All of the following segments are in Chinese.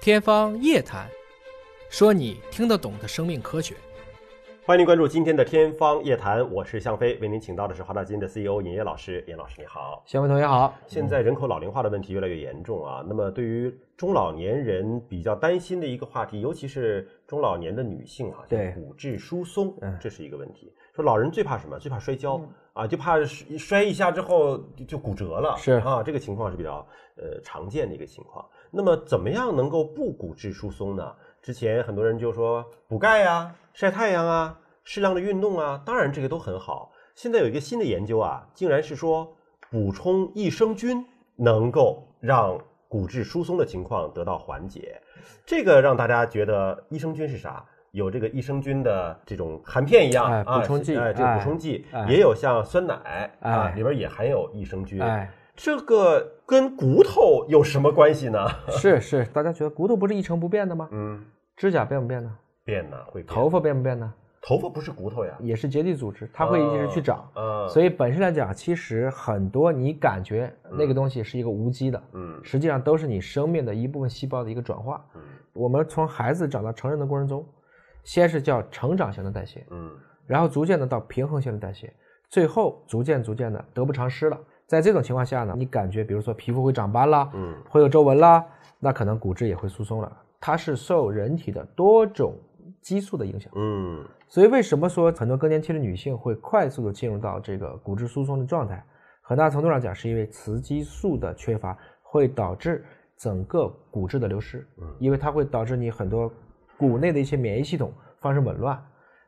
天方夜谭，说你听得懂的生命科学。欢迎您关注今天的《天方夜谭》，我是向飞，为您请到的是华大基因的 CEO 尹烨老师。尹老师，你好。小伟同学好，现在人口老龄化的问题越来越严重啊，那么对于中老年人比较担心的一个话题，尤其是中老年的女性啊，对骨质疏松嗯，这是一个问题。说老人最怕什么？最怕摔跤啊，就怕摔摔一下之后就就骨折了，是啊，这个情况是比较呃常见的一个情况。那么怎么样能够不骨质疏松呢？之前很多人就说补钙啊、晒太阳啊、适量的运动啊，当然这个都很好。现在有一个新的研究啊，竟然是说补充益生菌能够让骨质疏松的情况得到缓解，这个让大家觉得益生菌是啥？有这个益生菌的这种含片一样哎啊补充剂哎，这个哎补充剂哎也有像酸奶啊，哎里边也含有益生菌。 哎，这个跟骨头有什么关系呢？是是，大家觉得骨头不是一成不变的吗？嗯，指甲变不变呢？变呢会变头发变不变呢？头发不是骨头呀，也是结缔组织，它会一直去长。嗯，所以以本身来讲，其实很多你感觉那个东西是一个无机的，嗯实际上都是你生命的一部分细胞的一个转化。嗯我们从孩子长到成人的过程中，先是叫成长型的代谢，嗯然后逐渐的到平衡性的代谢，最后逐渐逐渐的得不偿失了。在这种情况下呢，你感觉比如说皮肤会长斑啦，嗯会有皱纹啦，那可能骨质也会疏松了。它是受人体的多种激素的影响，嗯所以为什么说很多更年期的女性会快速的进入到这个骨质疏松的状态？很大程度上讲，是因为雌激素的缺乏会导致整个骨质的流失，因为它会导致你很多骨内的一些免疫系统发生紊乱。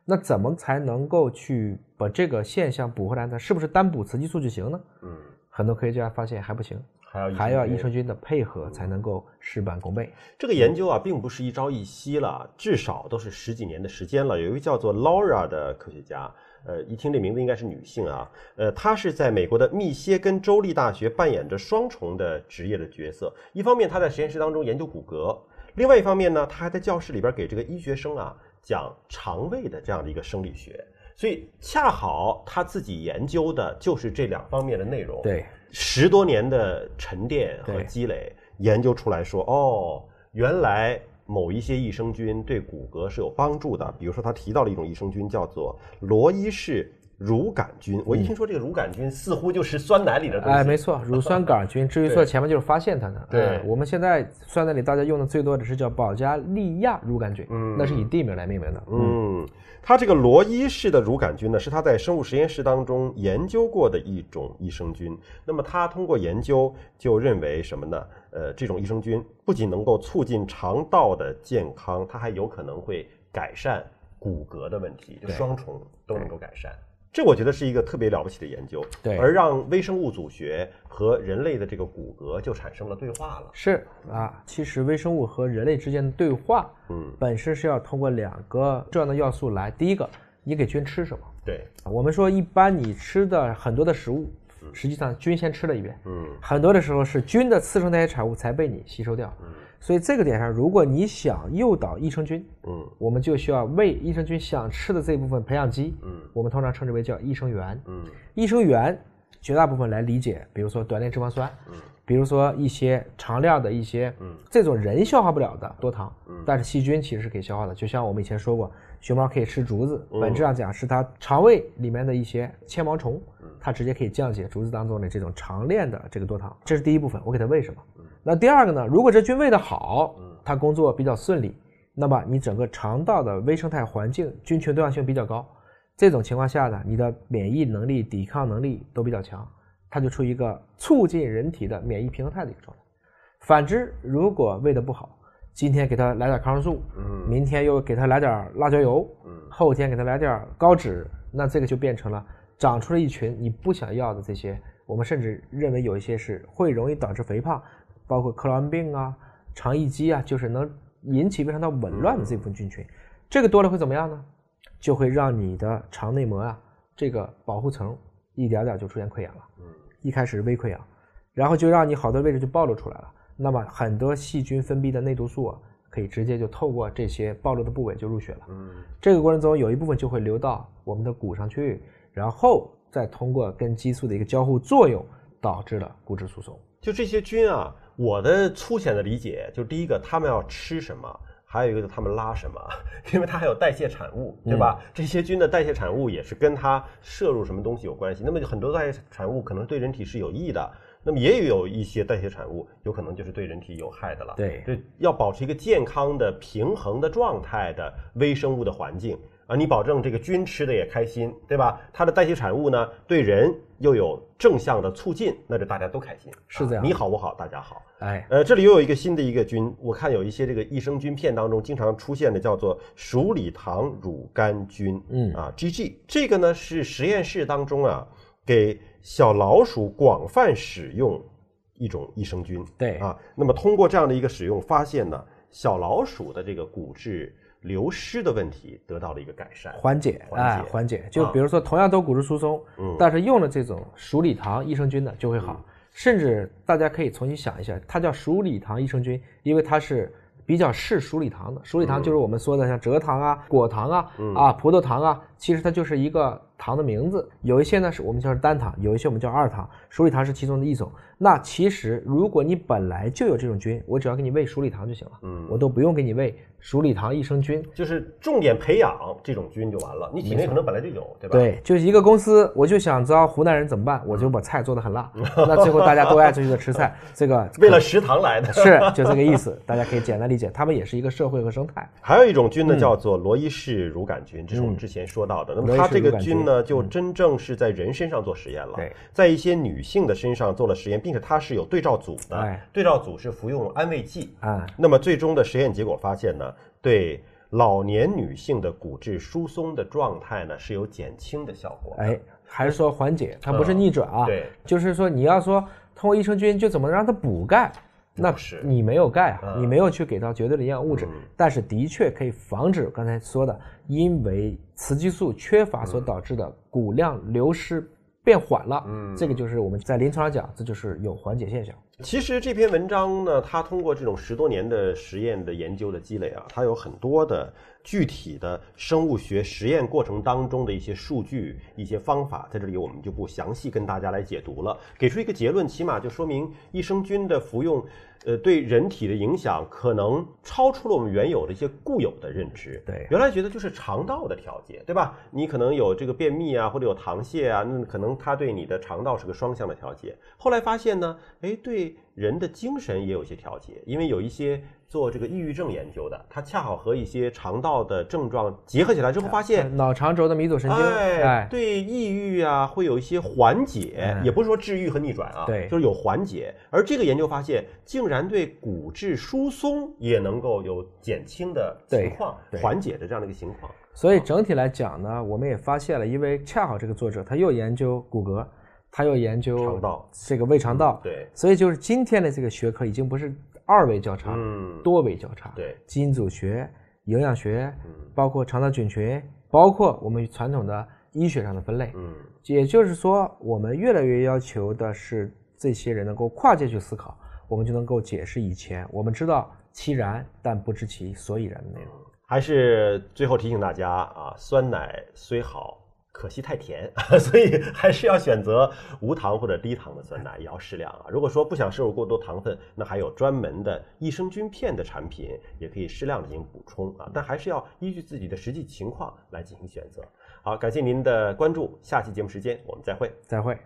那怎么才能够去把这个现象补回来呢？是不是单补雌激素就行呢？嗯，很多科学家发现还不行，还要还要益生生菌的嗯配合才能够事半功倍。这个研究啊，并不是一朝一夕了，啊至少都是十几年的时间了。有一个叫做 Laura 的科学家，呃，一听这名字应该是女性啊，呃，她是在美国的密歇根州立大学扮演着双重的职业的角色。一方面，她在实验室当中研究骨骼；另外一方面呢，她还在教室里边给这个医学生啊讲肠胃的这样的一个生理学。所以，恰好她自己研究的就是这两方面的内容。。对，十多年的沉淀和对积累，研究出来说，哦，原来某一些益生菌对骨骼是有帮助的。比如说，他提到了一种益生菌，叫做罗伊氏乳杆菌。我一听说这个乳杆菌，似乎就是酸奶里的东西。哎，没错，乳酸杆菌。至于说对前面就是发现它呢，对哎我们现在酸奶里大家用的最多的是叫保加利亚乳杆菌，嗯那是以地名来命名的。嗯，它这个罗伊氏的乳杆菌呢，是他在生物实验室当中研究过的一种益生菌。那么他通过研究就认为什么呢？呃，这种益生菌不仅能够促进肠道的健康，它还有可能会改善骨骼的问题，就对双重都能够改善。这我觉得是一个特别了不起的研究，对而让微生物组学和人类的这个骨骼就产生了对话了。是啊，其实微生物和人类之间的对话，嗯，本身是要通过两个重要的要素来。第一个，你给菌吃什么？对，我们说一般你吃的很多的食物，实际上菌先吃了一遍，嗯很多的时候是菌的次生代谢产物才被你吸收掉。嗯所以这个点上，如果你想诱导益生菌，嗯我们就需要为益生菌想吃的这部分培养基，嗯我们通常称之为叫益生元。嗯益生元绝大部分来理解，比如说短链脂肪酸，嗯比如说一些长链的一些，这种人消化不了的多糖，但是细菌其实是可以消化的。就像我们以前说过，熊猫可以吃竹子，本质上讲是它肠胃里面的一些纤毛虫，它直接可以降解竹子当中的这种长链的这个多糖，这是第一部分，我给它喂什么？那第二个呢？如果这菌喂的好，它工作比较顺利，那么你整个肠道的微生态环境菌群多样性比较高。这种情况下呢，你的免疫能力、抵抗能力都比较强，它就处于一个促进人体的免疫平衡态的一个状态。反之，如果喂的不好，今天给它来点抗生素，嗯明天又给它来点辣椒油，嗯后天给它来点高脂，那这个就变成了长出了一群你不想要的这些。我们甚至认为有一些是会容易导致肥胖，包括克罗恩病啊、肠易激啊，就是能引起胃肠道紊乱的这部分菌群。这个多了会怎么样呢？就会让你的肠内膜啊这个保护层一点点就出现溃疡了。嗯，一开始是微溃嗯疡，然后就让你好多位置就暴露出来了。那么很多细菌分泌的内毒素啊，可以直接就透过这些暴露的部位就入血了。嗯这个过程中有一部分就会流到我们的骨上去，然后再通过跟激素的一个交互作用，导致了骨质疏松。就这些菌啊，我的粗浅的理解就是，第一个他们要吃什么，还有一个就是他们拉什么， 因为它还有代谢产物，对吧？这些菌的代谢产物也是跟它摄入什么东西有关系。那么很多代谢产物可能对人体是有益的，那么也有一些代谢产物有可能就是对人体有害的了。对，对，要保持一个健康的、平衡的状态的微生物的环境啊，你保证这个菌吃的也开心，对吧？它的代谢产物呢，对人又有正向的促进，那就大家都开心。是这样啊你好我好大家好。哎，呃，这里又有一个新的一个菌，我看有一些这个益生菌片当中经常出现的，叫做鼠李糖乳杆菌，嗯啊，GG，这个呢是实验室当中啊给小老鼠广泛使用一种益生菌，对啊，那么通过这样的一个使用，发现呢小老鼠的这个骨质流失的问题得到了一个改善，缓解，缓解哎，缓解。就啊比如说，同样都骨质疏松，嗯但是用了这种鼠李糖益生菌的就会好。甚至大家可以重新想一下，它叫鼠李糖益生菌，因为它是比较是鼠李糖的。鼠李糖嗯就是我们说的像蔗糖啊、果糖啊、啊葡萄糖啊，其实它就是一个糖的名字。有一些呢是我们叫单糖，有一些我们叫二糖。鼠李糖是其中的一种。那其实如果你本来就有这种菌，我只要给你喂鼠李糖就行了，嗯我都不用给你喂鼠李糖益生菌。就是重点培养这种菌就完了，你体内可能本来就有，对吧？对，就是一个公司，我就想知道湖南人怎么办，我就把菜做的很辣， 那最后大家都爱这个吃 菜，这个嗯为了食 堂来的，是就这个意思，大家可以简单理解，他们也是一个社会和生态。还有一种嗯菌呢，叫做罗伊氏乳杆菌，这是我们之前说到的。那么它这个菌呢，就真正是在人身上做实验了，嗯对在一些女性的身上做了实验，并且它是有对照组的，哎对照组是服用安慰剂。啊、那么最终的实验结果发现呢，对老年女性的骨质疏松的状态呢是有减轻的效果。哎，还是说缓解，它不是逆转啊，嗯对，就是说你要说通过益生菌就怎么让它补钙，那不是你没有钙啊，嗯你没有去给到绝对的营养物质，但是的确可以防止刚才说的因为雌激素缺乏所导致的骨量流失。变缓了，嗯，这个就是我们在临床上讲，这就是有缓解现象。其实这篇文章呢，它通过这种十多年的实验的研究的积累啊，它有很多的具体的生物学实验过程当中的一些数据、一些方法，在这里我们就不详细跟大家来解读了。给出一个结论，起码就说明益生菌的服用，呃，对人体的影响可能超出了我们原有的一些固有的认知。对原来觉得就是肠道的调节，对吧？你可能有这个便秘啊，或者有溏泻啊，那可能它对你的肠道是个双向的调节。后来发现呢，哎，对人的精神也有一些调节，因为有一些做这个抑郁症研究的，它恰好和一些肠道的症状结合起来之后，发现脑肠轴的迷走神经，哎哎，，对抑郁啊会有一些缓解，嗯也不是说治愈和逆转啊，对就是有缓解。而这个研究发现，竟然对骨质疏松也能够有减轻的情况，对对缓解的这样的一个情况。所以整体来讲呢，我们也发现了，因为恰好这个作者他又研究骨骼，他又研究肠道这个胃肠道，对，所以就是今天的这个学科已经不是二维交叉，嗯，啊多维交叉，对，嗯基因组学、营养学，包括肠道菌群，包括我们传统的医学上的分类，嗯，也就是说，我们越来越要求的是这些人能够跨界去思考，我们就能够解释以前我们知道其然，但不知其所以然的内容。还是最后提醒大家啊，酸奶虽好。可惜太甜， 所以还是要选择无糖或者低糖的酸奶，也要适量啊。如果说不想摄入过多糖分，那还有专门的益生菌片的产品，也可以适量的进行补充啊。但还是要依据自己的实际情况来进行选择。好，感谢您的关注，下期节目时间我们再会。再会。